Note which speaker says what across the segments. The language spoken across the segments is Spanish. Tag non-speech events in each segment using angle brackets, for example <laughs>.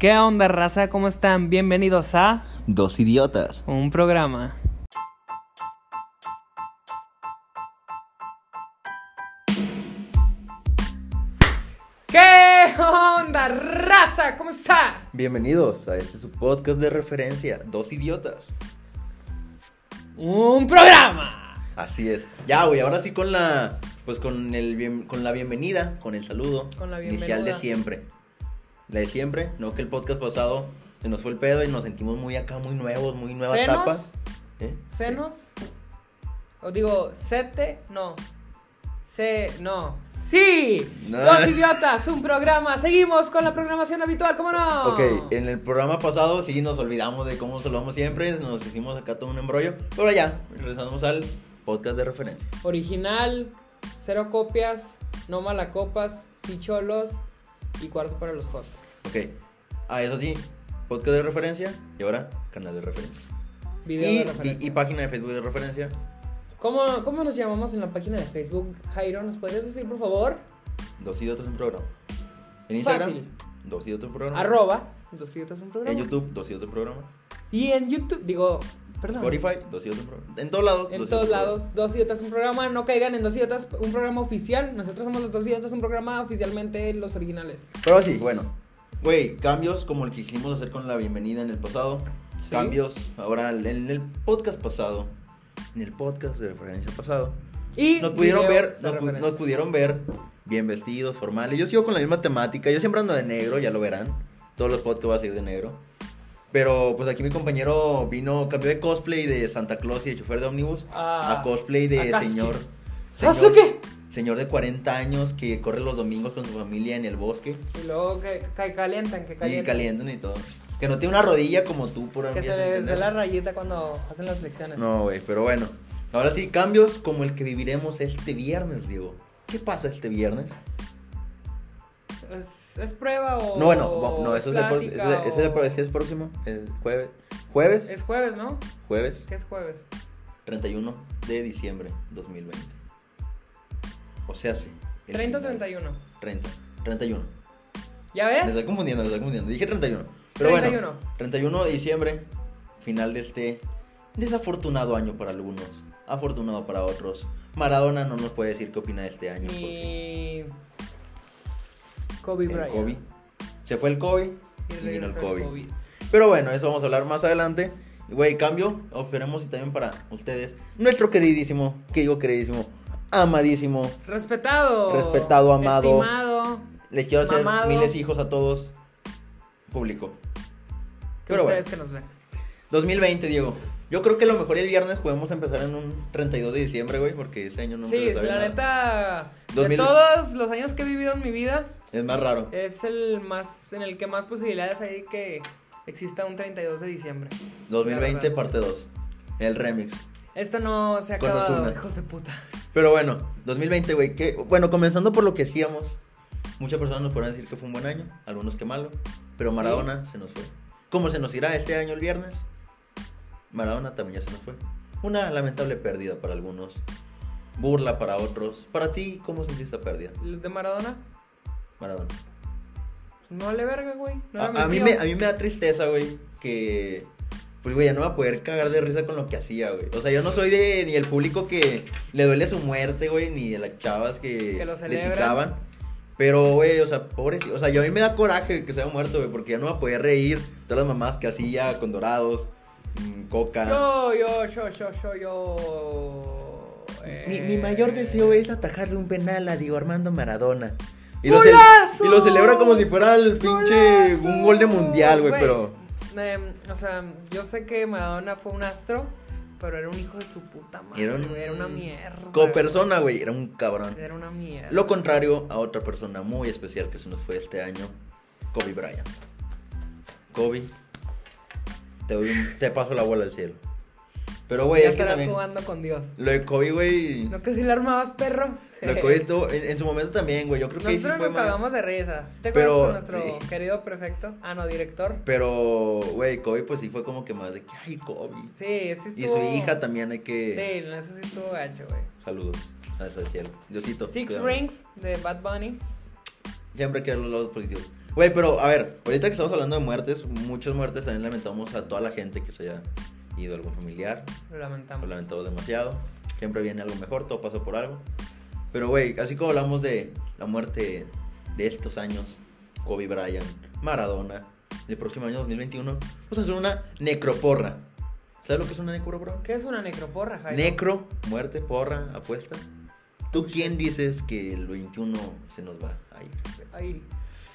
Speaker 1: ¿Qué onda, raza? ¿Cómo están? Bienvenidos a
Speaker 2: Dos idiotas.
Speaker 1: un programa. ¿Qué onda, raza? ¿Cómo está?
Speaker 2: Bienvenidos a este su podcast de referencia, Dos idiotas.
Speaker 1: Un programa.
Speaker 2: Así es. Ya, güey, ahora sí con la pues con el bien- con la bienvenida, con el saludo
Speaker 1: Con la
Speaker 2: inicial de
Speaker 1: bienvenuda.
Speaker 2: siempre. La de siempre, no que el podcast pasado se nos fue el pedo y nos sentimos muy acá, muy nuevos, muy nueva
Speaker 1: ¿Senos?
Speaker 2: etapa. ¿Eh?
Speaker 1: ¿Senos? O digo, sete, no. Se, no. ¡Sí!
Speaker 2: No.
Speaker 1: Dos idiotas, un programa. Seguimos con la programación habitual, ¿cómo no?
Speaker 2: Ok, en el programa pasado sí nos olvidamos de cómo saludamos siempre, nos hicimos acá todo un embrollo, pero ya, regresamos al podcast de referencia.
Speaker 1: Original, cero copias, no malacopas, sí cholos y cuarto para los hot.
Speaker 2: Ok, ah, eso sí, podcast de referencia y ahora canal de referencia.
Speaker 1: Video
Speaker 2: y,
Speaker 1: de
Speaker 2: y-
Speaker 1: referencia.
Speaker 2: y página de Facebook de referencia.
Speaker 1: ¿Cómo, ¿Cómo nos llamamos en la página de Facebook, Jairo? ¿Nos podrías decir, por favor?
Speaker 2: Dos idiotas un programa. En Instagram.
Speaker 1: Fácil.
Speaker 2: Dos idiotas un programa.
Speaker 1: Arroba, Ah. dos idiotas un programa.
Speaker 2: En YouTube, dos idiotas un programa.
Speaker 1: Y en YouTube, digo, perdón.
Speaker 2: Spotify, dos idiotas un programa. En todos lados.
Speaker 1: En
Speaker 2: Dos
Speaker 1: todos
Speaker 2: Idiotas, un
Speaker 1: lados, Dos Idiotas un programa, no caigan en Dos Idiotas un programa oficial. Nosotros somos los Dos Idiotas un programa oficialmente los originales.
Speaker 2: programa. Pero sí, bueno. Güey, cambios como el que quisimos hacer con la bienvenida en el pasado.
Speaker 1: Sí.
Speaker 2: Cambios ahora en el podcast pasado. En el podcast de referencia pasado.
Speaker 1: Y
Speaker 2: Nos pudieron
Speaker 1: video
Speaker 2: ver,
Speaker 1: de
Speaker 2: nos, pu-
Speaker 1: referencia.
Speaker 2: nos pudieron ver bien vestidos, formales. Yo sigo con la misma temática. Yo siempre ando de negro, ya lo verán. Todos los podcasts vas a ir de negro. Pero pues aquí mi compañero vino, cambió de cosplay de Santa Claus y de chofer de ómnibus
Speaker 1: Ah,
Speaker 2: a cosplay de
Speaker 1: Akatsuki.
Speaker 2: señor, señor.
Speaker 1: Sasuke.
Speaker 2: Señor de 40 años que corre los domingos con su familia en el bosque.
Speaker 1: Y luego que, que calientan, que
Speaker 2: Y
Speaker 1: calientan.
Speaker 2: calientan y todo. Que no tiene una rodilla como tú, por
Speaker 1: Que se
Speaker 2: envías a
Speaker 1: les ve
Speaker 2: entender.
Speaker 1: la rayita cuando hacen las lecciones.
Speaker 2: No, güey, pero bueno. Ahora sí, cambios como el que viviremos este viernes, Diego. ¿Qué pasa este viernes?
Speaker 1: ¿Es, es prueba o.?
Speaker 2: No, bueno, no, no, eso es el, pro-
Speaker 1: plática
Speaker 2: ese- ese es el
Speaker 1: o-
Speaker 2: pro- ese es el próximo, el jueves. ¿Jueves?
Speaker 1: Es jueves, ¿no?
Speaker 2: Jueves
Speaker 1: ¿Qué es jueves?
Speaker 2: 31 de diciembre 2020. O sea, sí. el
Speaker 1: 30 o
Speaker 2: final.
Speaker 1: 31.
Speaker 2: 30, 31.
Speaker 1: ¿Ya
Speaker 2: Me estoy
Speaker 1: ves?
Speaker 2: confundiendo, me estoy confundiendo. Dije 31. Pero
Speaker 1: 31.
Speaker 2: bueno, 31 de diciembre, final de este desafortunado año para algunos, afortunado para otros. Maradona no nos puede decir qué opina de este año. porque
Speaker 1: Ni. Kobe
Speaker 2: el
Speaker 1: Bryant.
Speaker 2: COVID. Se fue el COVID y, vino el
Speaker 1: regresó
Speaker 2: COVID. Pero bueno, eso vamos a hablar más adelante. Güey, cambio, esperemos y también para ustedes, nuestro queridísimo, que digo queridísimo, amadísimo.
Speaker 1: Respetado.
Speaker 2: Respetado, amado.
Speaker 1: Estimado.
Speaker 2: Les quiero hacer
Speaker 1: Mamado.
Speaker 2: miles de hijos a todos. Público.
Speaker 1: Que
Speaker 2: Pero
Speaker 1: ustedes
Speaker 2: bueno,
Speaker 1: que nos ven.
Speaker 2: 2020, Diego. Yo creo que a lo mejor el viernes podemos empezar en un 32 de diciembre, güey, porque ese año no me
Speaker 1: sí,
Speaker 2: lo sabe
Speaker 1: la
Speaker 2: nada.
Speaker 1: neta. De
Speaker 2: 2000.
Speaker 1: todos los años que he vivido en mi vida,
Speaker 2: Es más raro.
Speaker 1: es el más. En el que más posibilidades hay que exista un 32 de diciembre.
Speaker 2: 2020
Speaker 1: la verdad.
Speaker 2: parte 2. El remix.
Speaker 1: Esto no se ha
Speaker 2: Con
Speaker 1: acabado,
Speaker 2: Ozuna.
Speaker 1: hijos de puta.
Speaker 2: Pero bueno, 2020, güey, que bueno, comenzando por lo que hacíamos, muchas personas nos podrán decir que fue un buen año, algunos que malo, pero
Speaker 1: Sí.
Speaker 2: Maradona se nos fue. ¿Cómo se nos irá este año el viernes? Maradona también ya se nos fue. Una lamentable pérdida para algunos, burla para otros. Para ti, ¿cómo sentiste esta pérdida,
Speaker 1: ¿El de Maradona? Pues
Speaker 2: Maradona?
Speaker 1: No le verga, güey. No
Speaker 2: a,
Speaker 1: era mi
Speaker 2: a mí
Speaker 1: tío.
Speaker 2: me, a mí me da tristeza, güey, que... Pues, güey, ya no va a poder cagar de risa con lo que hacía, güey. O sea, yo no soy de ni el público que le duele su muerte, güey, ni de las chavas que,
Speaker 1: Que lo celebran.
Speaker 2: criticaban. Pero, güey, o sea, pobre... O sea, yo a mí me da coraje que sea muerto, güey, porque ya no va a poder reír todas las mamás que hacía con dorados, mm, coca.
Speaker 1: Yo, yo, yo, yo, yo, yo. eh,
Speaker 2: Mi, mi mayor deseo es atajarle un penal a Diego Armando Maradona. Y lo,
Speaker 1: ¡Golazo!
Speaker 2: y lo celebra como si fuera el pinche...
Speaker 1: ¡Golazo!
Speaker 2: Un gol de mundial, güey, pero...
Speaker 1: em, o sea, yo sé que Maradona fue un astro, pero era un hijo de su puta madre.
Speaker 2: Era, un-
Speaker 1: güey, era una mierda.
Speaker 2: Como persona, güey, era un cabrón.
Speaker 1: Era una mierda.
Speaker 2: Lo contrario a otra persona muy especial que se nos fue este año, Kobe Bryant. Kobe, te, doy un- te paso la bola al cielo. Pero, güey,
Speaker 1: ya
Speaker 2: es que
Speaker 1: estarás
Speaker 2: también...
Speaker 1: jugando con Dios.
Speaker 2: Lo de Kobe, güey...
Speaker 1: No que si la armabas, perro.
Speaker 2: Lo de Kobe estuvo- en, en su momento también, güey. Yo creo que ahí sí
Speaker 1: Nosotros
Speaker 2: fue
Speaker 1: nos
Speaker 2: más-
Speaker 1: cagamos de risa. ¿Sí ¿Te acuerdas
Speaker 2: Pero-
Speaker 1: con nuestro
Speaker 2: sí.
Speaker 1: querido prefecto? Ah, no, director.
Speaker 2: Pero, güey, Kobe pues sí fue como que más de que, ay, Kobe.
Speaker 1: Sí, sí estuvo.
Speaker 2: Y su hija también hay que...
Speaker 1: Sí, no, eso sí estuvo gacho, güey.
Speaker 2: Saludos. Hasta el cielo. Diosito.
Speaker 1: Six
Speaker 2: cuídame.
Speaker 1: Rings de Bad Bunny.
Speaker 2: Siempre hay que ver los lados positivos. Güey, pero a ver, ahorita que estamos hablando de muertes, muchas muertes también lamentamos a toda la gente que se haya ido algún familiar.
Speaker 1: Lo lamentamos.
Speaker 2: Lo lamentamos demasiado. Siempre viene algo mejor, todo pasa por algo. Pero, güey, así como hablamos de la muerte de estos años, Kobe Bryant, Maradona, el próximo año 2021, vamos a hacer una necroporra. ¿Sabes lo que es una necroporra?
Speaker 1: ¿Qué es una necroporra, Jairo?
Speaker 2: Necro, muerte, porra, apuesta. ¿Tú quién dices que el 21 se nos va a ir?
Speaker 1: Ay,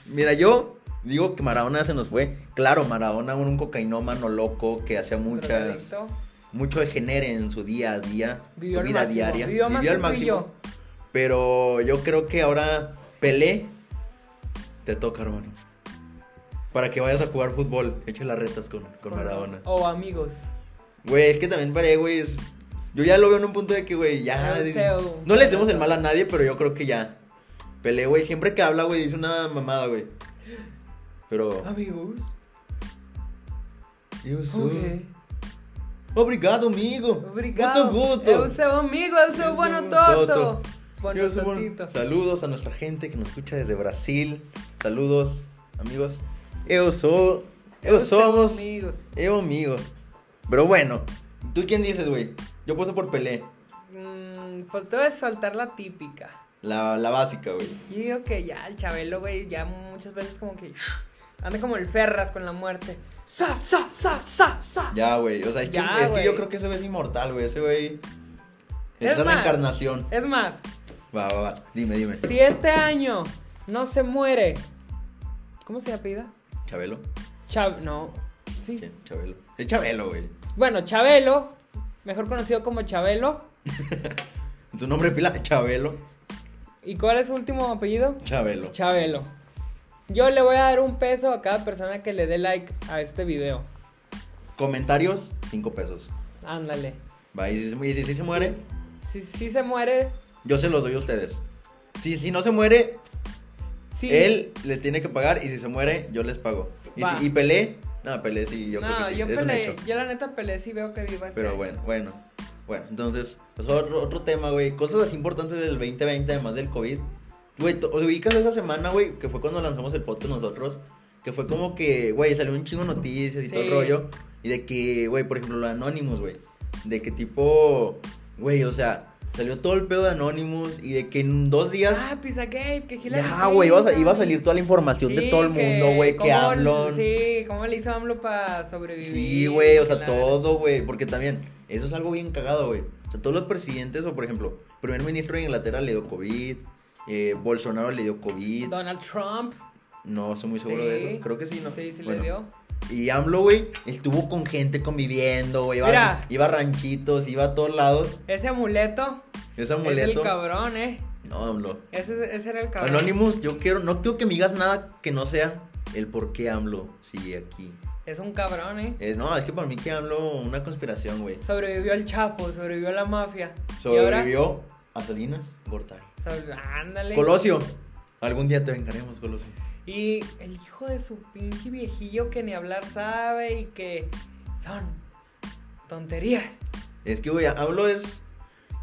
Speaker 2: Mira, yo digo que Maradona se nos fue. Claro, Maradona era un cocainómano loco que hacía muchas...
Speaker 1: drogadicto.
Speaker 2: Mucho degenere en su día a día,
Speaker 1: Vivió
Speaker 2: su
Speaker 1: al
Speaker 2: vida
Speaker 1: máximo.
Speaker 2: diaria.
Speaker 1: Vivió más que tú y yo.
Speaker 2: Pero yo creo que ahora Pelé te toca, hermano. Para que vayas a jugar fútbol, eche las retas con, con
Speaker 1: Con
Speaker 2: Maradona.
Speaker 1: los- O amigos.
Speaker 2: Güey, es que también Pelé, güey, es- yo ya lo veo en un punto de que, güey, ya...
Speaker 1: No deseo.
Speaker 2: No le hacemos el mal a nadie, pero yo creo que ya. Pelé, güey, siempre que habla, güey, dice una mamada, güey. Pero...
Speaker 1: Amigos.
Speaker 2: Yo soy-
Speaker 1: Ok.
Speaker 2: Obrigado, amigo.
Speaker 1: Obrigado.
Speaker 2: Muito gusto.
Speaker 1: Eu sou amigo, eu sou
Speaker 2: Eu
Speaker 1: bueno
Speaker 2: sou
Speaker 1: toto.
Speaker 2: Toto.
Speaker 1: Bueno
Speaker 2: Yo soy bueno.
Speaker 1: totito.
Speaker 2: Saludos a nuestra gente que nos escucha desde Brasil. Saludos, amigos. Eu sou. Eu,
Speaker 1: Eu sou
Speaker 2: somos.
Speaker 1: amigos.
Speaker 2: Eu amigo. Pero bueno, ¿tú quién dices, güey? Yo puse por Pelé.
Speaker 1: Mm, pues te voy a soltar la típica.
Speaker 2: La, la básica, güey.
Speaker 1: Yo digo que ya el Chabelo, güey, ya muchas veces como que anda como el Ferras con la muerte. ¡Sa, sa, sa, sa, sa!
Speaker 2: Ya, güey. O sea, es, que-
Speaker 1: Ya,
Speaker 2: es que,
Speaker 1: güey.
Speaker 2: yo creo que ese güey es inmortal, güey. Ese güey.
Speaker 1: Es
Speaker 2: Es, la
Speaker 1: más.
Speaker 2: reencarnación.
Speaker 1: Es más,
Speaker 2: Va, va, va. Dime, dime.
Speaker 1: si este año no se muere, ¿cómo se apellida?
Speaker 2: Chabelo.
Speaker 1: Chab... No, sí.
Speaker 2: ¿Quién? Chabelo. Es Chabelo, güey.
Speaker 1: Bueno, Chabelo, mejor conocido como Chabelo.
Speaker 2: Tu nombre de pila, Chabelo.
Speaker 1: ¿Y cuál es su último apellido?
Speaker 2: Chabelo.
Speaker 1: Chabelo. Yo le voy a dar un peso a cada persona que le dé like a este video.
Speaker 2: Comentarios, 5 pesos.
Speaker 1: Ándale.
Speaker 2: Va, y si, se- y si- si se muere,
Speaker 1: Si, si se muere,
Speaker 2: yo se los doy a ustedes. Si, si no se muere,
Speaker 1: sí.
Speaker 2: él le tiene que pagar y si se muere, yo les pago. Y,
Speaker 1: Va.
Speaker 2: si, y Pelé, no, Pelé sí, yo creo
Speaker 1: no,
Speaker 2: que sí,
Speaker 1: yo
Speaker 2: es un
Speaker 1: peleé.
Speaker 2: hecho.
Speaker 1: Yo la neta peleé sí veo que viva este
Speaker 2: Pero
Speaker 1: año.
Speaker 2: bueno, bueno, bueno, entonces, pues, otro, otro tema, güey, cosas así importantes del 2020, además del COVID. Güey, ¿te ubicas esa semana, güey, que fue cuando lanzamos el podcast nosotros? Que fue como que, güey, salió un chingo de noticias y todo el
Speaker 1: Sí.
Speaker 2: rollo. Y de que, güey, por ejemplo, lo de Anonymous, güey. De que tipo, güey, o sea, salió todo el pedo de Anonymous y de que en dos días...
Speaker 1: Ah, Pizzagate, que Hillary
Speaker 2: ya, güey, iba, a sa-
Speaker 1: Clinton.
Speaker 2: iba a salir toda la información de
Speaker 1: Sí,
Speaker 2: todo el
Speaker 1: que
Speaker 2: mundo, güey, que
Speaker 1: cómo-
Speaker 2: hablan.
Speaker 1: Sí, cómo le hizo AMLO para sobrevivir.
Speaker 2: Sí, güey, o sea,
Speaker 1: la-
Speaker 2: todo, güey. Porque también, eso es algo bien cagado, güey. O sea, todos los presidentes, o por ejemplo, primer ministro de Inglaterra le dio COVID, eh, Bolsonaro le dio COVID.
Speaker 1: Donald Trump.
Speaker 2: No, estoy muy seguro
Speaker 1: Sí.
Speaker 2: de eso. Creo que sí, ¿no?
Speaker 1: Sí, sí
Speaker 2: Bueno,
Speaker 1: le dio.
Speaker 2: Y AMLO, güey, estuvo con gente conviviendo, güey. Iba,
Speaker 1: Mira.
Speaker 2: iba a ranchitos, iba a todos lados.
Speaker 1: Ese amuleto,
Speaker 2: Ese
Speaker 1: es el
Speaker 2: amuleto.
Speaker 1: cabrón, eh.
Speaker 2: No, AMLO.
Speaker 1: Ese, ese era el cabrón.
Speaker 2: Anonymous, yo quiero, no quiero que me digas nada que no sea el por qué AMLO sigue aquí.
Speaker 1: Es un cabrón, eh.
Speaker 2: Eh, no, es que para mí que AMLO, una conspiración, güey.
Speaker 1: Sobrevivió al Chapo, sobrevivió a la mafia. Y ahora-
Speaker 2: Sobrevivió a Salinas Gortari.
Speaker 1: sobre- ándale.
Speaker 2: Colosio. Algún día te vengaremos, Colosio.
Speaker 1: Y el hijo de su pinche viejillo que ni hablar sabe y que son tonterías.
Speaker 2: Es que, güey, hablo es.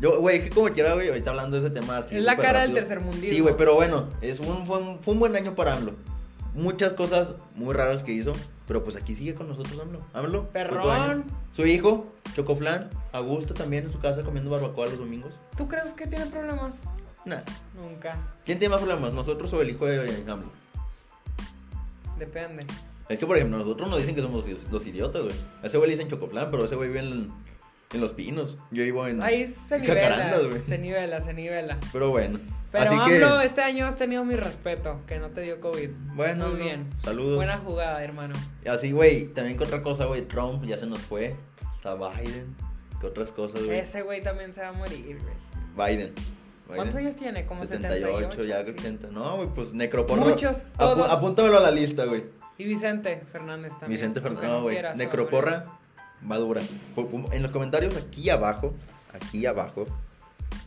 Speaker 2: Yo, güey, es que como quiera, güey, ahorita hablando de ese tema. así,
Speaker 1: Es la
Speaker 2: súper
Speaker 1: cara del
Speaker 2: rápido.
Speaker 1: tercermundismo.
Speaker 2: Sí, güey, pero bueno, es un, fue, un, fue un buen año para AMLO. Muchas cosas muy raras que hizo, pero pues aquí sigue con nosotros AMLO. AMLO. fue tu
Speaker 1: Perrón.
Speaker 2: año. Su hijo, Chocoflan, a gusto también en su casa comiendo barbacoa los domingos.
Speaker 1: ¿Tú crees que tiene problemas?
Speaker 2: Nada.
Speaker 1: Nunca.
Speaker 2: ¿Quién tiene más problemas, nosotros o el hijo de eh, AMLO?
Speaker 1: Depende.
Speaker 2: Es que, por ejemplo, nosotros nos dicen que somos los, los idiotas, güey. A ese güey le dicen chocoflan, pero ese güey vive en, en Los Pinos. Yo vivo en...
Speaker 1: Ahí se
Speaker 2: en
Speaker 1: nivela.
Speaker 2: Jacarandas, güey.
Speaker 1: Se nivela, se nivela.
Speaker 2: Pero bueno.
Speaker 1: Pero
Speaker 2: así
Speaker 1: AMLO,
Speaker 2: que...
Speaker 1: este año has tenido mi respeto, que no te dio COVID.
Speaker 2: Bueno,
Speaker 1: Muy
Speaker 2: no,
Speaker 1: bien.
Speaker 2: saludos.
Speaker 1: Buena jugada, hermano.
Speaker 2: Así, güey, también que otra cosa, güey, Trump ya se nos fue. Está Biden. ¿Qué otras cosas, güey?
Speaker 1: Ese güey también se va a morir, güey.
Speaker 2: Biden. Biden.
Speaker 1: ¿Cuántos años tiene? Como
Speaker 2: 78,
Speaker 1: 78.
Speaker 2: ya
Speaker 1: sí.
Speaker 2: 80. No, güey, pues necroporro.
Speaker 1: Muchos, todos.
Speaker 2: apúntamelo a la lista, güey.
Speaker 1: Y Vicente Fernández también.
Speaker 2: Vicente
Speaker 1: aunque
Speaker 2: Fernández. No, güey.
Speaker 1: quieras,
Speaker 2: Necroporra va dura. Pu- pu- En los comentarios aquí abajo, aquí abajo,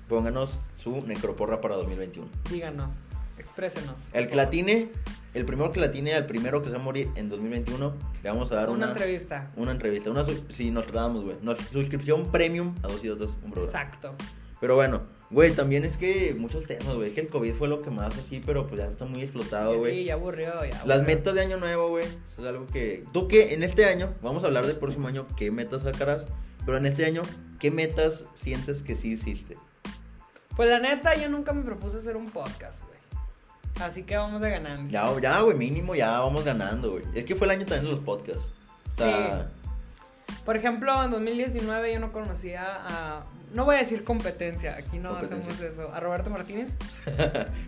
Speaker 2: pónganos su necroporra para 2021.
Speaker 1: hombre, Díganos, exprésenos.
Speaker 2: El que la tiene, el primero que la tiene, al primero que se va a morir en 2021, le vamos a dar
Speaker 1: Una,
Speaker 2: una,
Speaker 1: entrevista.
Speaker 2: una entrevista. Una su- sí, nos tratamos, güey. Nos- suscripción premium a dos y dos, dos, un programa.
Speaker 1: Exacto.
Speaker 2: Pero bueno, güey, también es que muchos temas, güey. Es que el COVID fue lo que más así, pero pues ya está muy explotado,
Speaker 1: Sí,
Speaker 2: güey.
Speaker 1: ya aburrió, ya.
Speaker 2: Las
Speaker 1: aburrió.
Speaker 2: metas de año nuevo, güey. eso es algo que. ¿Tú qué? En este año, vamos a hablar del próximo año, ¿qué metas sacarás? Pero en este año, ¿qué metas sientes que sí hiciste?
Speaker 1: Pues la neta, yo nunca me propuse hacer un podcast, güey. Así que vamos a ganar.
Speaker 2: Ya, ya, güey, mínimo, ya vamos ganando, güey. Es que fue el año también de los podcasts. O sea,
Speaker 1: Por ejemplo, en 2019 yo no conocía a. No voy a decir competencia, aquí no
Speaker 2: Competencia.
Speaker 1: hacemos eso. A Roberto Martínez,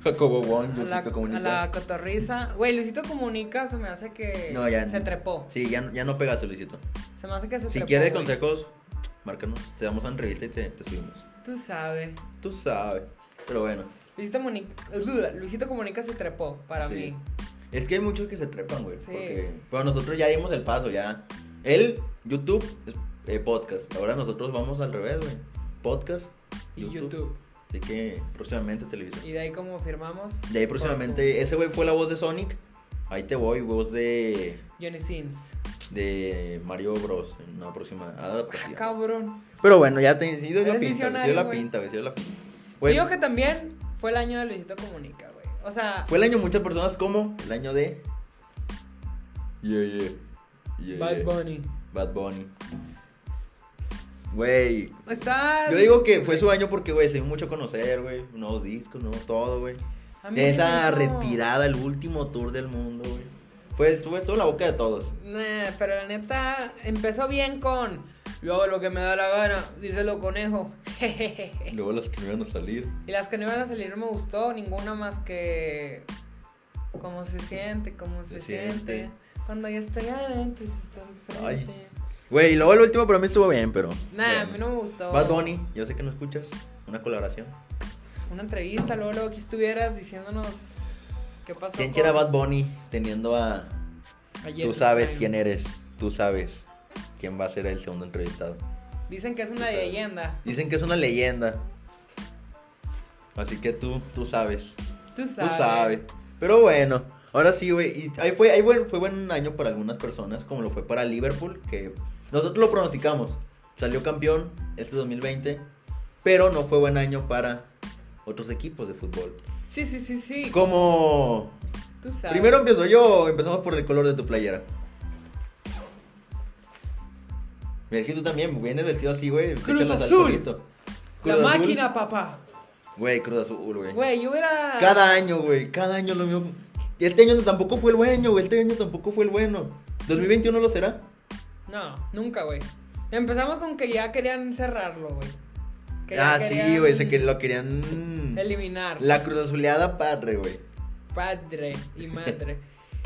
Speaker 2: Jacobo Wong,
Speaker 1: a la,
Speaker 2: Luisito Comunica.
Speaker 1: a la cotorriza. Güey, Luisito Comunica se me hace que
Speaker 2: No, ya
Speaker 1: se
Speaker 2: no.
Speaker 1: trepó.
Speaker 2: Sí, ya, ya no pegaste, Luisito.
Speaker 1: Se me hace que se
Speaker 2: Si
Speaker 1: trepó.
Speaker 2: quieres
Speaker 1: güey.
Speaker 2: consejos, márcanos. Te damos una entrevista y te, te seguimos.
Speaker 1: Tú sabes.
Speaker 2: Tú sabes. Pero bueno,
Speaker 1: Luisito, Moni- Lu- Luisito Comunica se trepó para
Speaker 2: Sí.
Speaker 1: mí.
Speaker 2: es que hay muchos que se trepan, güey.
Speaker 1: Sí.
Speaker 2: porque- Pero nosotros ya dimos el paso, ya. Él, YouTube, es- eh, podcast. Ahora nosotros vamos al revés, güey. Podcast
Speaker 1: Y YouTube.
Speaker 2: Así que próximamente televisión.
Speaker 1: Y de ahí como firmamos.
Speaker 2: De ahí próximamente, ese güey fue la voz de Sonic. Ahí te voy, voz de,
Speaker 1: Johnny Sins.
Speaker 2: de Mario Bros. En una próxima adaptación.
Speaker 1: Cabrón.
Speaker 2: Pero bueno, ya te sí dio la
Speaker 1: Eres
Speaker 2: pinta, güey, sí dio
Speaker 1: visionario,
Speaker 2: la
Speaker 1: güey.
Speaker 2: pinta, güey, sí dio la pinta. Güey,
Speaker 1: Digo que también fue el año de Luisito Comunica, güey. O sea,
Speaker 2: Fue el año de muchas personas como el año de. Yeah, yeah. Yeah,
Speaker 1: Bad
Speaker 2: yeah.
Speaker 1: Bunny.
Speaker 2: Bad Bunny. Güey.
Speaker 1: Está.
Speaker 2: Yo digo que fue su año porque, güey, se dio mucho a conocer, güey. Nuevos discos, nuevo todo, güey.
Speaker 1: A mí
Speaker 2: De
Speaker 1: se me
Speaker 2: esa
Speaker 1: hizo-
Speaker 2: retirada, el último tour del mundo, güey. Pues estuvo estuvo en la boca de todos.
Speaker 1: Nah, pero la neta empezó bien con. Yo hago lo que me da la gana, díselo conejo. <laughs>
Speaker 2: Y luego las que no iban a salir.
Speaker 1: y las que no iban a salir no me gustó, ninguna más que. ¿Cómo se siente? ¿Cómo se,
Speaker 2: Se
Speaker 1: siente?
Speaker 2: siente.
Speaker 1: Cuando yo estoy adentro, si estoy
Speaker 2: Ay.
Speaker 1: enfrente.
Speaker 2: Güey, y luego el último para mí estuvo bien, pero.
Speaker 1: Nah, a
Speaker 2: bueno.
Speaker 1: mí no me gustó.
Speaker 2: Bad Bunny, yo sé que no escuchas. Una colaboración.
Speaker 1: Una entrevista, luego, luego aquí estuvieras diciéndonos qué pasó.
Speaker 2: ¿Quién
Speaker 1: con-
Speaker 2: quiera Bad Bunny teniendo a.
Speaker 1: ayer,
Speaker 2: Tú sabes
Speaker 1: Time?
Speaker 2: quién eres. Tú sabes quién va a ser el segundo entrevistado.
Speaker 1: Dicen que es
Speaker 2: Tú
Speaker 1: una
Speaker 2: sabes.
Speaker 1: leyenda.
Speaker 2: Dicen que es una leyenda. Así que tú, tú sabes.
Speaker 1: Tú
Speaker 2: Tú
Speaker 1: sabes.
Speaker 2: sabes. Pero bueno, ahora sí, güey. y Ahí fue, ahí fue, fue buen año para algunas personas, como lo fue para Liverpool, que nosotros lo pronosticamos. Salió campeón este 2020, pero no fue buen año para otros equipos de fútbol.
Speaker 1: Sí, sí, sí, sí.
Speaker 2: Como...
Speaker 1: Tú sabes.
Speaker 2: Primero empiezo yo, empezamos por el color de tu playera. Mira, es que tú también vienes vestido así, güey. te
Speaker 1: Cruz
Speaker 2: echas al
Speaker 1: Azul.
Speaker 2: solito.
Speaker 1: La
Speaker 2: Cruz Azul.
Speaker 1: máquina, papá.
Speaker 2: Güey, Cruz Azul, güey.
Speaker 1: Güey, yo era.
Speaker 2: Cada año, güey, cada año lo mismo. Y este año no- tampoco fue el bueno, güey, este año tampoco fue el bueno. 2021 lo será.
Speaker 1: No, nunca, güey. Empezamos con que ya querían cerrarlo, güey. Que ya
Speaker 2: ah, sí,
Speaker 1: querían
Speaker 2: güey, sé que lo querían
Speaker 1: Eliminar.
Speaker 2: la Cruz Azuleada padre, güey.
Speaker 1: Padre y madre.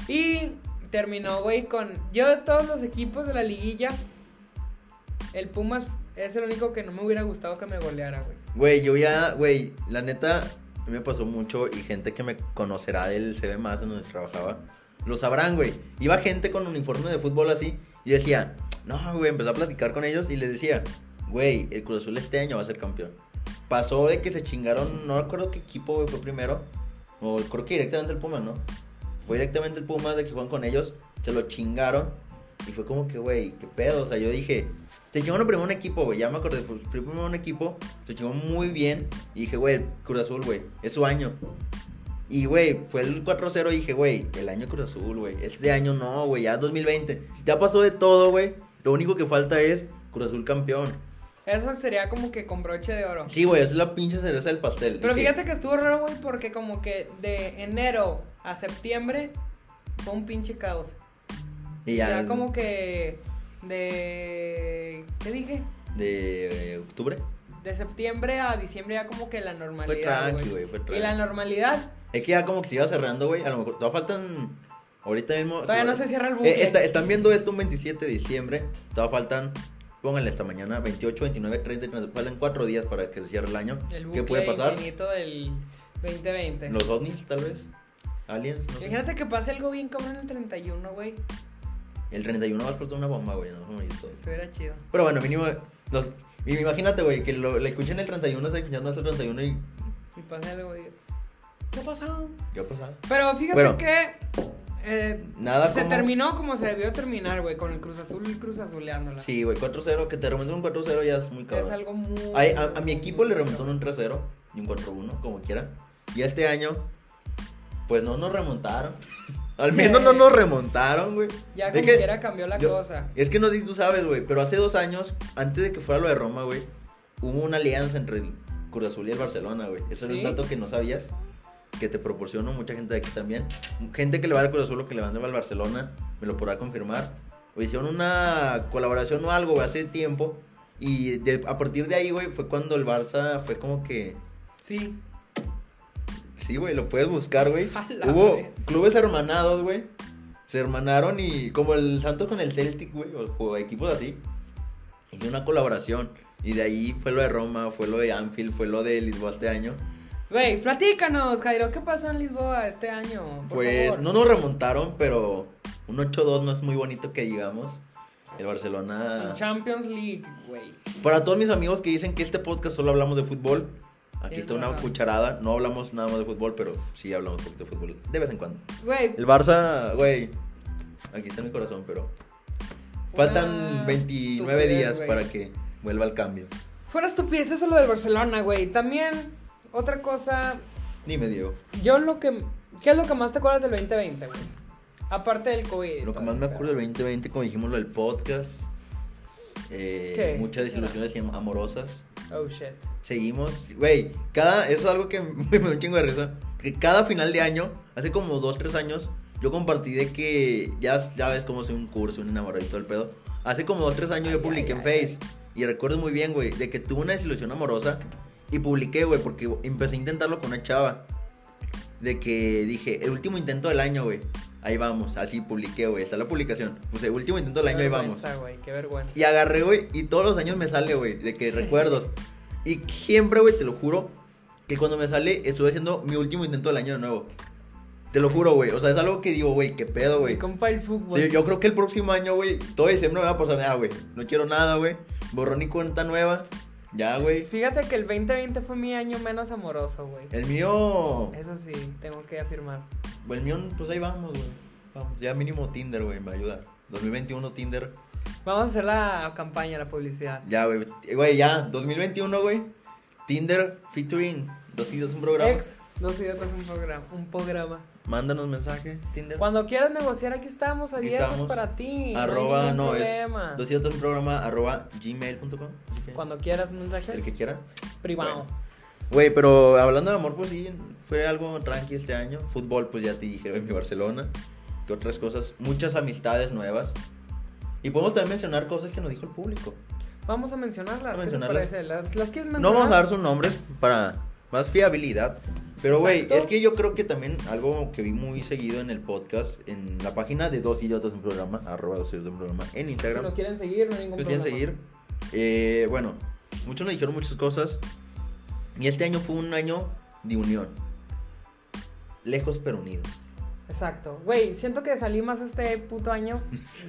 Speaker 1: y terminó, güey, con. Yo de todos los equipos de la liguilla, el Pumas es el único que no me hubiera gustado que me goleara, güey.
Speaker 2: Güey, yo ya, güey, la neta a mí me pasó mucho y gente que me conocerá del CB más en donde trabajaba, lo sabrán, güey. Iba gente con uniforme de fútbol así y yo decía, "No, güey, empecé a platicar con ellos y les decía, "Güey, el Cruz Azul este año va a ser campeón." Pasó de que se chingaron, no recuerdo qué equipo güey, fue primero, o creo que directamente el Pumas, ¿no? Fue directamente el Pumas de que juegan con ellos, se lo chingaron y fue como que, güey, qué pedo, o sea, yo dije, se chingaron primero un equipo, güey, ya me acordé, fue primero un equipo, se chingó muy bien y dije, güey, Cruz Azul, güey, es su año. Y, güey, fue el 4-0 y dije, güey, el año Cruz Azul, güey, este año no, güey, ya 2020, ya pasó de todo, güey, lo único que falta es Cruz Azul campeón.
Speaker 1: Eso sería como que con broche de oro.
Speaker 2: Sí, güey, esa es la pinche cereza del pastel.
Speaker 1: Pero
Speaker 2: Dije,
Speaker 1: fíjate que estuvo raro, güey, porque como que de enero a septiembre fue un pinche caos.
Speaker 2: y
Speaker 1: Ya, como que de... ¿Qué dije?
Speaker 2: De eh, octubre.
Speaker 1: De septiembre a diciembre ya como que la
Speaker 2: Fue
Speaker 1: normalidad,
Speaker 2: tranqui,
Speaker 1: güey.
Speaker 2: güey, fue
Speaker 1: Y
Speaker 2: tranqui.
Speaker 1: la normalidad,
Speaker 2: Es que ya como que se iba cerrando, güey. A lo mejor todavía faltan. Ahorita mismo.
Speaker 1: todavía no se cierra el buque.
Speaker 2: Eh, está- están viendo esto un 27 de diciembre. Todavía faltan. Pónganle esta mañana, 28, 29, 30, 30, faltan 4 días para que se cierre el año.
Speaker 1: el bucle
Speaker 2: ¿Qué puede pasar?
Speaker 1: infinito del 2020.
Speaker 2: Los ovnis, tal vez. Aliens, no sé.
Speaker 1: Imagínate que pase algo bien cabrón el 31, güey.
Speaker 2: El 31 va a explotar una bomba, güey. No, no, y todo.
Speaker 1: Estuviera chido.
Speaker 2: Pero bueno, mínimo. los- y- imagínate, güey, que lo, le escuchen el 31, se escuchando hasta el 31 y.
Speaker 1: Y pase algo, güey. ¿Qué ha pasado?
Speaker 2: ¿Qué ha pasado?
Speaker 1: Pero fíjate
Speaker 2: Bueno.
Speaker 1: que eh,
Speaker 2: Nada
Speaker 1: se
Speaker 2: como-
Speaker 1: terminó como se debió terminar, güey, con el Cruz Azul Cruz Azuleándola.
Speaker 2: Sí, güey, 4-0, que te remonten un 4-0 ya es muy cabrón.
Speaker 1: Es algo muy.
Speaker 2: Ay, a, a mi equipo le remontaron un 3-0 y un 4-1, como quieran. Y este año, pues no nos remontaron. Al menos no nos remontaron, güey.
Speaker 1: Ya
Speaker 2: Es
Speaker 1: como
Speaker 2: que-
Speaker 1: quiera cambió la
Speaker 2: yo-
Speaker 1: cosa.
Speaker 2: Es que no sé si tú sabes, güey, pero hace dos años, antes de que fuera lo de Roma, güey, hubo una alianza entre el Cruz Azul y el Barcelona, güey. Ese es
Speaker 1: Sí.
Speaker 2: un dato que no sabías, que te proporcionó mucha gente de aquí también. Gente que le va al Cruz Azul o que le va al Barcelona, me lo podrá confirmar. O hicieron una colaboración o algo, güey, hace tiempo. Y de- a partir de ahí, güey, fue cuando el Barça fue como que...
Speaker 1: Sí.
Speaker 2: Sí, güey, lo puedes buscar, güey.
Speaker 1: <laughs> A la
Speaker 2: Hubo
Speaker 1: verga.
Speaker 2: clubes hermanados, güey. Se hermanaron y como el Santos con el Celtic, güey, o, o equipos así. Y una colaboración. Y de ahí fue lo de Roma, fue lo de Anfield, fue lo de Lisboa este año.
Speaker 1: Güey, platícanos, Jairo, ¿qué pasó en Lisboa este año? Por
Speaker 2: Pues
Speaker 1: favor.
Speaker 2: no nos remontaron, pero un 8-2 no es muy bonito que digamos. El Barcelona...
Speaker 1: En Champions League, güey.
Speaker 2: Para todos mis amigos que dicen que este podcast solo hablamos de fútbol, aquí
Speaker 1: Tienes
Speaker 2: está una
Speaker 1: razón.
Speaker 2: cucharada. No hablamos nada más de fútbol, pero sí hablamos un poquito de fútbol. De vez en cuando.
Speaker 1: Güey,
Speaker 2: El Barça, güey. Aquí está mi corazón, pero. Faltan
Speaker 1: Una
Speaker 2: 29
Speaker 1: estupidez,
Speaker 2: días
Speaker 1: Ah, güey.
Speaker 2: para que vuelva al cambio.
Speaker 1: fuera estupidez eso lo del Barcelona, güey. También, otra cosa,
Speaker 2: Dime, Diego.
Speaker 1: yo lo que... ¿Qué es lo que más te acuerdas del 2020, güey? Aparte del COVID. y
Speaker 2: Lo que
Speaker 1: todo
Speaker 2: más
Speaker 1: ese
Speaker 2: me
Speaker 1: pedo.
Speaker 2: acuerdo del 2020, como dijimos lo del podcast. eh,
Speaker 1: ¿Qué?
Speaker 2: muchas
Speaker 1: ¿Qué será?
Speaker 2: desilusiones am- amorosas.
Speaker 1: Oh, shit.
Speaker 2: Seguimos. Güey, cada. Eso es algo que <laughs> me da un chingo de risa. Que cada final de año, hace como 2-3 años, yo compartí de que. Ya, ya ves cómo soy un curso, un enamorado y todo el pedo. Hace como 2-3 años
Speaker 1: Ay,
Speaker 2: yo publiqué
Speaker 1: ay,
Speaker 2: en
Speaker 1: ay,
Speaker 2: Face. Y recuerdo muy bien, güey, de que tuve una desilusión amorosa. Y publiqué, güey, porque empecé a intentarlo con una chava. De que dije, el último intento del año, güey. Ahí vamos. Así publiqué, güey. Está la publicación. Puse, último intento del
Speaker 1: Qué
Speaker 2: año, ahí vamos.
Speaker 1: vergüenza, güey, qué vergüenza.
Speaker 2: Y agarré, güey, y todos los años me sale, güey, de que recuerdos. Y siempre, güey, te lo juro, que cuando me sale, estuve haciendo mi último intento del año de nuevo. Te lo juro, güey. O sea, es algo que digo, güey, qué pedo,
Speaker 1: Mi
Speaker 2: güey.
Speaker 1: compa el fútbol.
Speaker 2: Sí, yo creo que el próximo año, güey, todo diciembre no me va a pasar nada, güey. No quiero nada, güey. Borrón y cuenta nueva. Ya, güey.
Speaker 1: Fíjate que el 2020 fue mi año menos amoroso, güey.
Speaker 2: El mío.
Speaker 1: Eso sí, tengo que afirmar.
Speaker 2: El mío, pues ahí vamos, güey. Vamos. Ya mínimo Tinder, güey, me ayuda. 2021 Tinder.
Speaker 1: Vamos a hacer la campaña, la publicidad.
Speaker 2: Ya, güey. Eh, Güey, ya. 2021, güey. Tinder featuring. Dos y dos un programa.
Speaker 1: Ex, dos idiotas, un programa. Un programa.
Speaker 2: Mándanos mensaje, Tinder.
Speaker 1: Cuando quieras negociar, aquí estamos
Speaker 2: Aquí
Speaker 1: abiertos
Speaker 2: estamos.
Speaker 1: para ti.
Speaker 2: Arroba,
Speaker 1: no,
Speaker 2: no,
Speaker 1: hay ningún
Speaker 2: es.
Speaker 1: problema.
Speaker 2: 200 un programa, arroba gmail.com. así que,
Speaker 1: Cuando quieras un
Speaker 2: El
Speaker 1: mensaje
Speaker 2: que quiera.
Speaker 1: privado.
Speaker 2: Bueno. Güey, pero hablando de amor, pues sí, fue algo tranqui este año. Fútbol, pues ya te dije, güey, mi Barcelona. Que otras cosas, muchas amistades nuevas. Y podemos también mencionar cosas que nos dijo el público.
Speaker 1: Vamos a mencionarlas.
Speaker 2: Vamos a
Speaker 1: ¿Qué te
Speaker 2: mencionarlas.
Speaker 1: parece? ¿Las, las quieres mencionar?
Speaker 2: No vamos a dar sus nombres para más fiabilidad. Pero, güey,
Speaker 1: Exacto.
Speaker 2: es que yo creo que también algo que vi muy seguido en el podcast, en la página de Dos Idiotas un Programa, arroba Dos Idiotas un Programa, en
Speaker 1: Si
Speaker 2: Instagram.
Speaker 1: nos quieren seguir, no hay ningún
Speaker 2: nos quieren
Speaker 1: problema.
Speaker 2: seguir. Eh, bueno, muchos nos dijeron muchas cosas. Y este año fue un año de unión. Lejos pero unidos.
Speaker 1: Exacto. Güey, siento que salí más este puto
Speaker 2: <laughs>
Speaker 1: año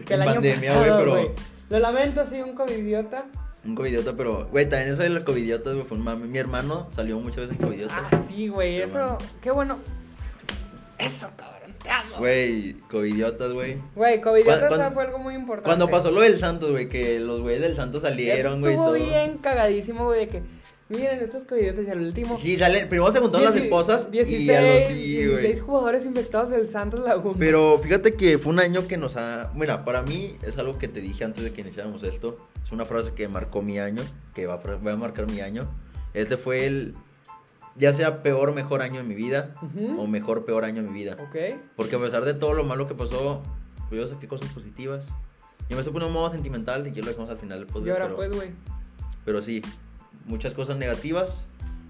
Speaker 1: que el
Speaker 2: En
Speaker 1: año
Speaker 2: pandemia, güey,
Speaker 1: pasado,
Speaker 2: pero-
Speaker 1: güey. Lo lamento, soy un covidiota.
Speaker 2: Un covidiota, pero, güey, también eso de los covidiotas, güey, fue un mame. Mi hermano salió muchas veces en covidiotas.
Speaker 1: Ah, sí, güey.
Speaker 2: Pero
Speaker 1: Eso,
Speaker 2: bueno.
Speaker 1: qué bueno. Eso, cabrón. Te amo.
Speaker 2: Güey, covidiotas, güey.
Speaker 1: Güey, covidiota
Speaker 2: Cuan- cuan-
Speaker 1: esa fue algo muy importante.
Speaker 2: Cuando pasó lo del Santos, güey, que los güeyes del Santos
Speaker 1: Eso
Speaker 2: salieron, güey. y
Speaker 1: estuvo
Speaker 2: todo.
Speaker 1: bien cagadísimo, güey, de que miren estos covidiotas y al último.
Speaker 2: Sí, sale, primero se juntaron las
Speaker 1: dieci-
Speaker 2: esposas. y a los-
Speaker 1: 16,
Speaker 2: sí, güey.
Speaker 1: 16 jugadores infectados del Santos Laguna.
Speaker 2: Pero fíjate que fue un año que nos ha... Mira, para mí es algo que te dije antes de que iniciáramos esto. Es una frase que marcó mi año, que va a, fra- va a marcar mi año. Este fue el, ya sea peor, mejor año de mi vida,
Speaker 1: Ujú.
Speaker 2: o mejor, peor año de mi vida.
Speaker 1: Ok.
Speaker 2: Porque a pesar de todo lo malo que pasó, pues yo saqué cosas positivas. Yo me supe en un modo sentimental y yo lo dejamos al final del podcast,
Speaker 1: y ahora
Speaker 2: pero-
Speaker 1: pues, güey.
Speaker 2: pero sí, muchas cosas negativas.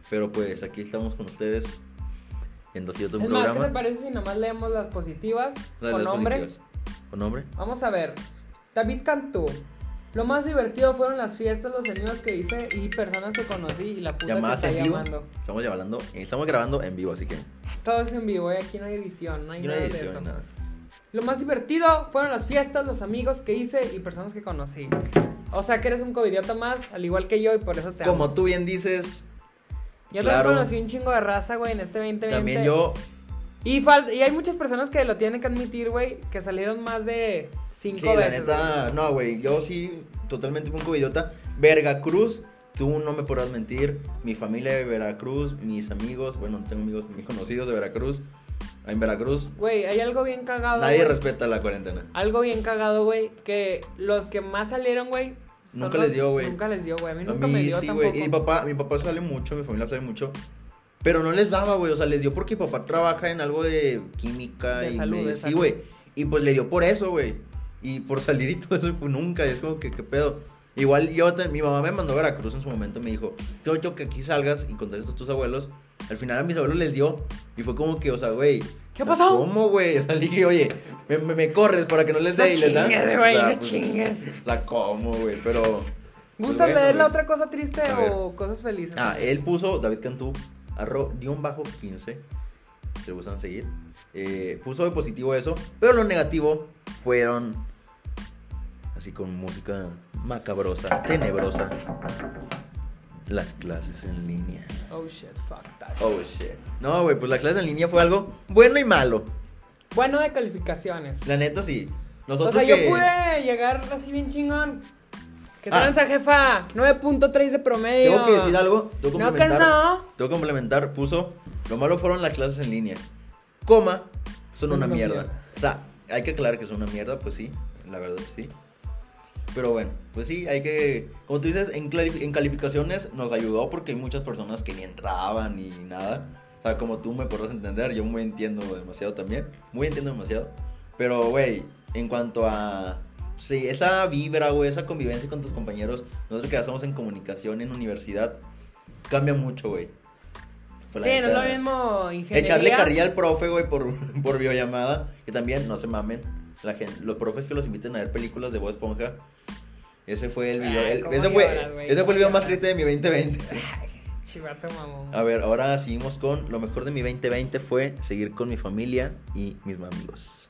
Speaker 2: Pero pues aquí estamos con ustedes en 200
Speaker 1: Es más, ¿qué te
Speaker 2: programas.
Speaker 1: parece si nomás leemos las positivas con nombre?
Speaker 2: Con nombre.
Speaker 1: Vamos a ver. David Cantú. Lo más divertido fueron las fiestas, los amigos que hice y personas que conocí y la puta que
Speaker 2: Llamadas
Speaker 1: está
Speaker 2: en vivo.
Speaker 1: llamando.
Speaker 2: Estamos grabando, estamos grabando en vivo, así que
Speaker 1: Todo es en vivo, ¿eh? aquí no hay edición, no hay
Speaker 2: aquí no
Speaker 1: nada
Speaker 2: hay
Speaker 1: de eso.
Speaker 2: edición, nada.
Speaker 1: Lo más divertido fueron las fiestas, los amigos que hice y personas que conocí. O sea que eres un covidiota más, al igual que yo, y por eso te amo.
Speaker 2: Como tú bien dices,
Speaker 1: Yo
Speaker 2: claro.
Speaker 1: también conocí un chingo de raza, güey, en este 2020.
Speaker 2: también yo
Speaker 1: Y, fal- y hay muchas personas que lo tienen que admitir, güey, que salieron más de cinco
Speaker 2: Sí, la
Speaker 1: veces. güey.
Speaker 2: neta, no, güey, yo sí, totalmente fui un covidiota. Veracruz, tú no me podrás mentir. Mi familia de Veracruz, mis amigos, bueno, tengo amigos, mis conocidos de Veracruz. En Veracruz,
Speaker 1: Güey, hay algo bien cagado.
Speaker 2: nadie
Speaker 1: Ah, güey.
Speaker 2: respeta la cuarentena.
Speaker 1: Algo bien cagado, güey, que los que más salieron, güey. son
Speaker 2: Nunca
Speaker 1: los-
Speaker 2: les dio, güey.
Speaker 1: Nunca les dio, güey. A mí
Speaker 2: A
Speaker 1: nunca me
Speaker 2: mí
Speaker 1: dio
Speaker 2: sí,
Speaker 1: tampoco.
Speaker 2: güey. Y mi papá, mi papá sale mucho, mi familia sale mucho. Pero no les daba, güey. O sea, les dio porque mi papá trabaja en algo de química
Speaker 1: De
Speaker 2: y
Speaker 1: salud, de
Speaker 2: me- Sí,
Speaker 1: salud.
Speaker 2: güey. Y pues le dio por eso, güey. Y por salir y todo eso, pues nunca. Es como que, ¿qué pedo? Igual yo, te- mi mamá me mandó a Veracruz en su momento. Me dijo, yo, yo que aquí salgas y contagies a tus abuelos. Al final a mis abuelos les dio. Y fue como que, o sea, güey.
Speaker 1: ¿Qué ha pasado?
Speaker 2: ¿Cómo, güey? O sea, le dije, oye, me, me- me corres para que no les
Speaker 1: No
Speaker 2: dé y les da.
Speaker 1: chingues, güey,
Speaker 2: O sea,
Speaker 1: no
Speaker 2: pues,
Speaker 1: chingues.
Speaker 2: O sea, ¿cómo, güey? Pero. pues,
Speaker 1: ¿Gustas
Speaker 2: bueno,
Speaker 1: leer la
Speaker 2: güey.
Speaker 1: otra cosa triste
Speaker 2: A ver.
Speaker 1: o cosas felices?
Speaker 2: Ah, él puso David Cantú, arro, guión bajo 15. Si le gustan seguir. Eh, puso de positivo eso, pero lo negativo fueron. Así con música macabrosa, tenebrosa. Las clases en línea.
Speaker 1: Oh shit, fuck that.
Speaker 2: Oh shit. No, güey, pues la clase en línea fue algo bueno y malo.
Speaker 1: Bueno, de calificaciones.
Speaker 2: La neta sí.
Speaker 1: O
Speaker 2: Nosotros
Speaker 1: sea,
Speaker 2: que-
Speaker 1: yo pude llegar así bien chingón. ¿Qué
Speaker 2: Ah.
Speaker 1: tranza, jefa? 9.3 de promedio.
Speaker 2: Tengo que decir algo. Tengo que
Speaker 1: No, que
Speaker 2: complementar.
Speaker 1: no.
Speaker 2: Tengo que complementar. Puso. Lo malo fueron las clases en línea. Coma. Son, una mierda. O sea, hay que aclarar que son una mierda, pues sí. La verdad, sí. Pero bueno, pues sí, hay que. Como tú dices, en, clari- en calificaciones nos ayudó porque hay muchas personas que ni entraban ni nada. O sea, como tú me podrás entender, yo muy entiendo demasiado también. Muy entiendo demasiado. Pero, güey, en cuanto a. Sí, esa vibra, güey, esa convivencia con tus compañeros, nosotros que hacemos en comunicación, en universidad, cambia mucho, güey. Pues, la
Speaker 1: Sí, no es
Speaker 2: neta,
Speaker 1: lo mismo ingeniería.
Speaker 2: Echarle carrilla al profe, güey, por, <laughs> por videollamada. Que también, no se mamen. La gente, los profes que los inviten a ver películas de Bob Esponja. Ese fue el video.
Speaker 1: Ay,
Speaker 2: el-
Speaker 1: ¿cómo
Speaker 2: ese, fue,
Speaker 1: lloras, güey?
Speaker 2: ese fue el video más
Speaker 1: Lloras.
Speaker 2: triste de mi 2020.
Speaker 1: Chivato, mamón.
Speaker 2: A ver, ahora seguimos con lo mejor de mi 2020 fue seguir con mi familia y mis amigos.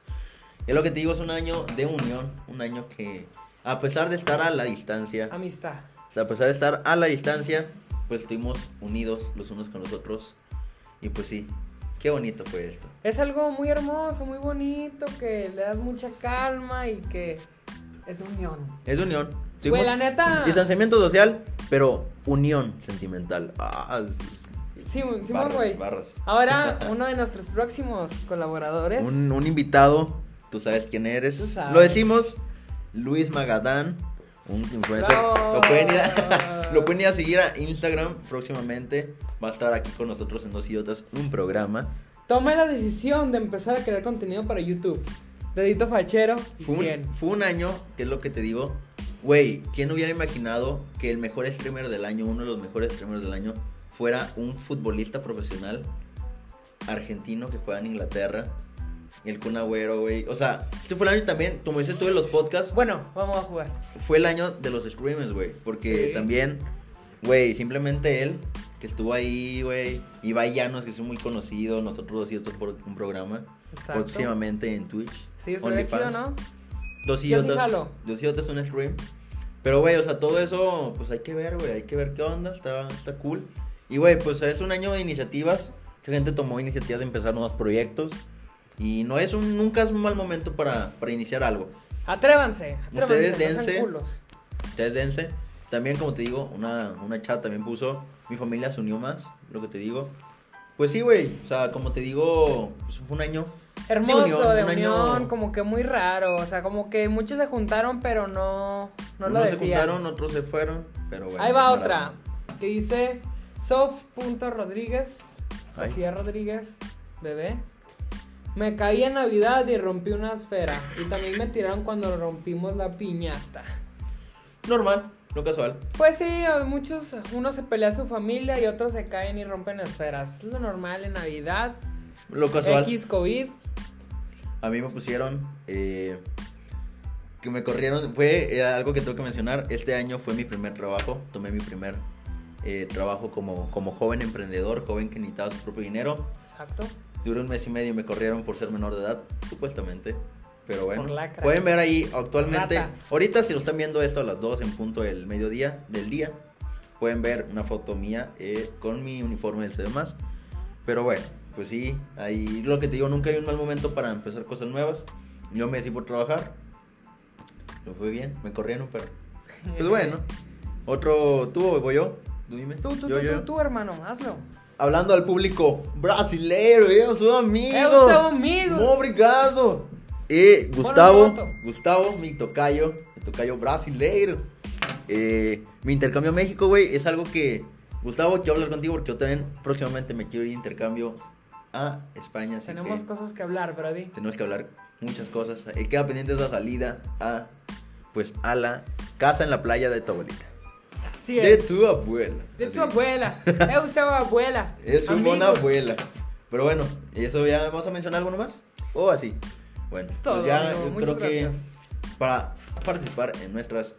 Speaker 2: Es lo que te digo, es un año de unión, un año que a pesar de estar a la distancia,
Speaker 1: Amistad.
Speaker 2: a pesar de estar a la distancia, pues estuvimos unidos los unos con los otros. Y pues sí, qué bonito fue esto.
Speaker 1: Es algo muy hermoso, muy bonito, que le das mucha calma y que es de unión.
Speaker 2: Es de unión.
Speaker 1: Güey,
Speaker 2: Tuvimos
Speaker 1: la neta.
Speaker 2: Distanciamiento social, pero unión sentimental. Ah,
Speaker 1: Sí, sí,
Speaker 2: barras,
Speaker 1: güey.
Speaker 2: barras. <laughs>
Speaker 1: Ahora, uno de nuestros próximos colaboradores.
Speaker 2: Un, un invitado, tú sabes quién eres.
Speaker 1: Tú sabes.
Speaker 2: Lo decimos, Luis Magadán, un influencer.
Speaker 1: ¡Bravo!
Speaker 2: Lo pueden, ir a, <laughs> lo pueden ir a seguir a Instagram próximamente. Va a estar aquí con nosotros en Dos Idiotas, un programa.
Speaker 1: Tomé la decisión de empezar a crear contenido para YouTube. Dedito fachero y
Speaker 2: Fue
Speaker 1: 100.
Speaker 2: un, fue un año, que es lo que te digo. Güey, ¿quién hubiera imaginado que el mejor streamer del año, uno de los mejores streamers del año, fuera un futbolista profesional argentino que juega en Inglaterra? El Kun Agüero, güey. O sea, este fue el año también, como dices tú en los podcasts,
Speaker 1: Bueno, vamos a jugar.
Speaker 2: fue el año de los streamers, güey. Porque
Speaker 1: Sí.
Speaker 2: también, güey, simplemente él, que estuvo ahí, güey. Ibai Llanos, que es muy conocido, nosotros dos y otros por un programa.
Speaker 1: Exacto.
Speaker 2: Próximamente en Twitch.
Speaker 1: Sí, estaría chido,
Speaker 2: OnlyFans.
Speaker 1: ¿no?
Speaker 2: Dos
Speaker 1: Yo sí
Speaker 2: idiotas.
Speaker 1: jalo.
Speaker 2: dos idiotas un stream. Pero, güey, o sea, todo eso, pues hay que ver, güey. Hay que ver qué onda. Está, está cool. Y, güey, pues es un año de iniciativas. Mucha gente tomó iniciativas de empezar nuevos proyectos. Y no es un, nunca es un mal momento para, para iniciar algo.
Speaker 1: Atrévanse, atrévanse.
Speaker 2: Ustedes
Speaker 1: no sean
Speaker 2: dense.
Speaker 1: culos.
Speaker 2: Ustedes dense. También, como te digo, una, una chat también puso. Mi familia se unió más, lo que te digo. Pues sí, güey. O sea, como te digo, pues, fue un año.
Speaker 1: Hermoso, de
Speaker 2: unión,
Speaker 1: unión,
Speaker 2: un año-
Speaker 1: como que muy raro. O sea, como que muchos se juntaron, pero no, no lo
Speaker 2: Unos
Speaker 1: decían.
Speaker 2: se juntaron, otros se fueron. Pero, bueno.
Speaker 1: Ahí va
Speaker 2: maravilla.
Speaker 1: otra, que dice sof.rodríguez,
Speaker 2: Ay.
Speaker 1: Sofía Rodríguez, bebé. Me caí en Navidad y rompí una esfera. Y también me tiraron cuando rompimos la piñata.
Speaker 2: Normal, no casual.
Speaker 1: Pues sí, a muchos, unos se pelea a su familia y otros se caen y rompen esferas. Es lo normal en Navidad.
Speaker 2: Lo casual.
Speaker 1: X COVID.
Speaker 2: A mí me pusieron. eh, que me corrieron. Fue eh, algo que tengo que mencionar. Este año fue mi primer trabajo. Tomé mi primer eh, trabajo como, como joven emprendedor, joven que necesitaba su propio dinero.
Speaker 1: Exacto.
Speaker 2: Duró un mes y medio y me corrieron por ser menor de edad, supuestamente. Pero bueno,
Speaker 1: Por lacra.
Speaker 2: pueden ver ahí actualmente.
Speaker 1: Rata.
Speaker 2: Ahorita, si lo están viendo esto a las 2 en punto del mediodía del día, pueden ver una foto mía eh, con mi uniforme del CDMAS. Pero bueno, pues sí, ahí lo que te digo, nunca hay un mal momento para empezar cosas nuevas. Yo me decidí por trabajar. No fue bien, me corrieron, pero. Pues bueno, otro tú o voy yo. Tú dime.
Speaker 1: Eh, Tú, tú,
Speaker 2: Yo,
Speaker 1: tú,
Speaker 2: yo.
Speaker 1: tú, tú, hermano, hazlo.
Speaker 2: Hablando al público brasileiro, yo soy amigo.
Speaker 1: Eu sou amigo.
Speaker 2: Muy obrigado. Eh, Gustavo,
Speaker 1: foto.
Speaker 2: Gustavo, mi tocayo, mi tocayo brasileiro. Eh, mi intercambio a México, güey, es algo que. Gustavo, quiero hablar contigo porque yo también próximamente me quiero ir de intercambio a España. así
Speaker 1: Tenemos
Speaker 2: que
Speaker 1: cosas que hablar, Brody.
Speaker 2: tenemos que hablar muchas cosas. Eh, queda pendiente esa salida a, pues, a la casa en la playa de tu abuelita.
Speaker 1: Así
Speaker 2: de
Speaker 1: es.
Speaker 2: tu abuela.
Speaker 1: De
Speaker 2: Así.
Speaker 1: tu abuela. Eu sou abuela.
Speaker 2: Es una
Speaker 1: amigo.
Speaker 2: buena abuela. Pero bueno, ¿y eso ya vamos a mencionar algo nomás? ¿O así? Bueno,
Speaker 1: Es todo,
Speaker 2: pues ya
Speaker 1: amigo.
Speaker 2: yo
Speaker 1: Muchas
Speaker 2: creo
Speaker 1: gracias.
Speaker 2: que para participar en nuestras,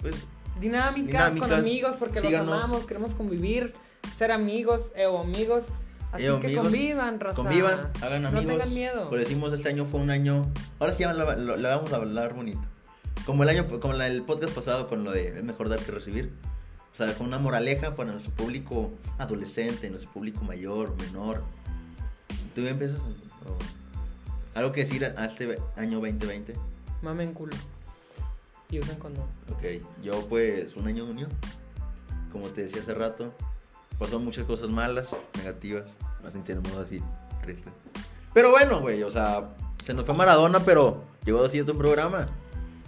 Speaker 2: pues,
Speaker 1: Dinámicas, con
Speaker 2: Dinámicas,
Speaker 1: amigos porque
Speaker 2: síganos.
Speaker 1: los amamos, queremos convivir, ser amigos, eu amigos. Así
Speaker 2: Eu
Speaker 1: que
Speaker 2: amigos,
Speaker 1: convivan, raza.
Speaker 2: convivan, hagan amigos.
Speaker 1: No tengan miedo.
Speaker 2: Como decimos, este año fue un año, ahora sí ya la- lo- le vamos a hablar bonito. Como el año, como la- el podcast pasado con lo de es mejor dar que recibir. O sea, con una moraleja para nuestro público adolescente, nuestro público mayor, menor. ¿Tú ya empiezas? o- o ¿Algo que decir a a este año 2020?
Speaker 1: Mamen culo. Y usen condón.
Speaker 2: Ok, yo pues un año de unión. Como te decía hace rato, pasó muchas cosas malas, negativas, me sentimos así, triste. Pero bueno, güey, o sea, se nos fue Maradona, pero llegó así tu programa.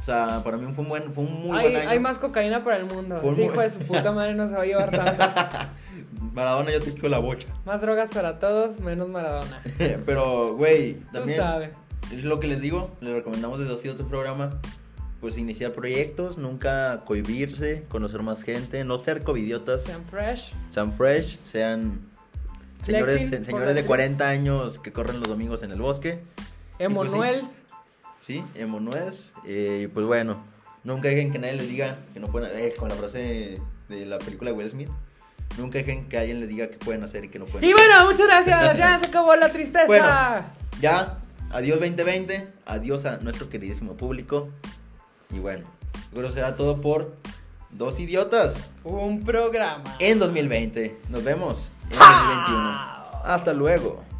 Speaker 2: O sea, para mí fue un buen, fue un muy
Speaker 1: hay,
Speaker 2: buen año.
Speaker 1: hay más cocaína para el mundo.
Speaker 2: Fue un
Speaker 1: Ese
Speaker 2: muy-
Speaker 1: hijo de su puta madre no se va a llevar
Speaker 2: <laughs>
Speaker 1: tanto.
Speaker 2: Maradona yo te quito la bocha. <laughs>
Speaker 1: Más drogas para todos, menos Maradona.
Speaker 2: pero, güey,
Speaker 1: Tú
Speaker 2: también
Speaker 1: sabes.
Speaker 2: es lo que les digo, les recomendamos desde así tu programa. Pues iniciar proyectos, nunca cohibirse, conocer más gente, no ser covidiotas.
Speaker 1: Sean fresh.
Speaker 2: sean fresh, sean señores,
Speaker 1: Flexing,
Speaker 2: se-
Speaker 1: por
Speaker 2: señores de
Speaker 1: decir.
Speaker 2: 40 años que corren los domingos en el bosque, pues
Speaker 1: Emanuels.
Speaker 2: ¿sí? Emanuels. Eh, y pues bueno, nunca dejen que nadie les diga que no pueden, eh, con la frase de la película de Will Smith, nunca dejen que alguien les diga que pueden hacer y que no pueden
Speaker 1: Y
Speaker 2: hacer.
Speaker 1: bueno, muchas gracias. Ya se acabó la tristeza.
Speaker 2: Bueno. Ya, adiós 2020, adiós a nuestro queridísimo público. Y bueno, creo que será todo por Dos Idiotas
Speaker 1: Un Um programa.
Speaker 2: en 2020. Nos vemos en
Speaker 1: Chao.
Speaker 2: 2021. Hasta luego.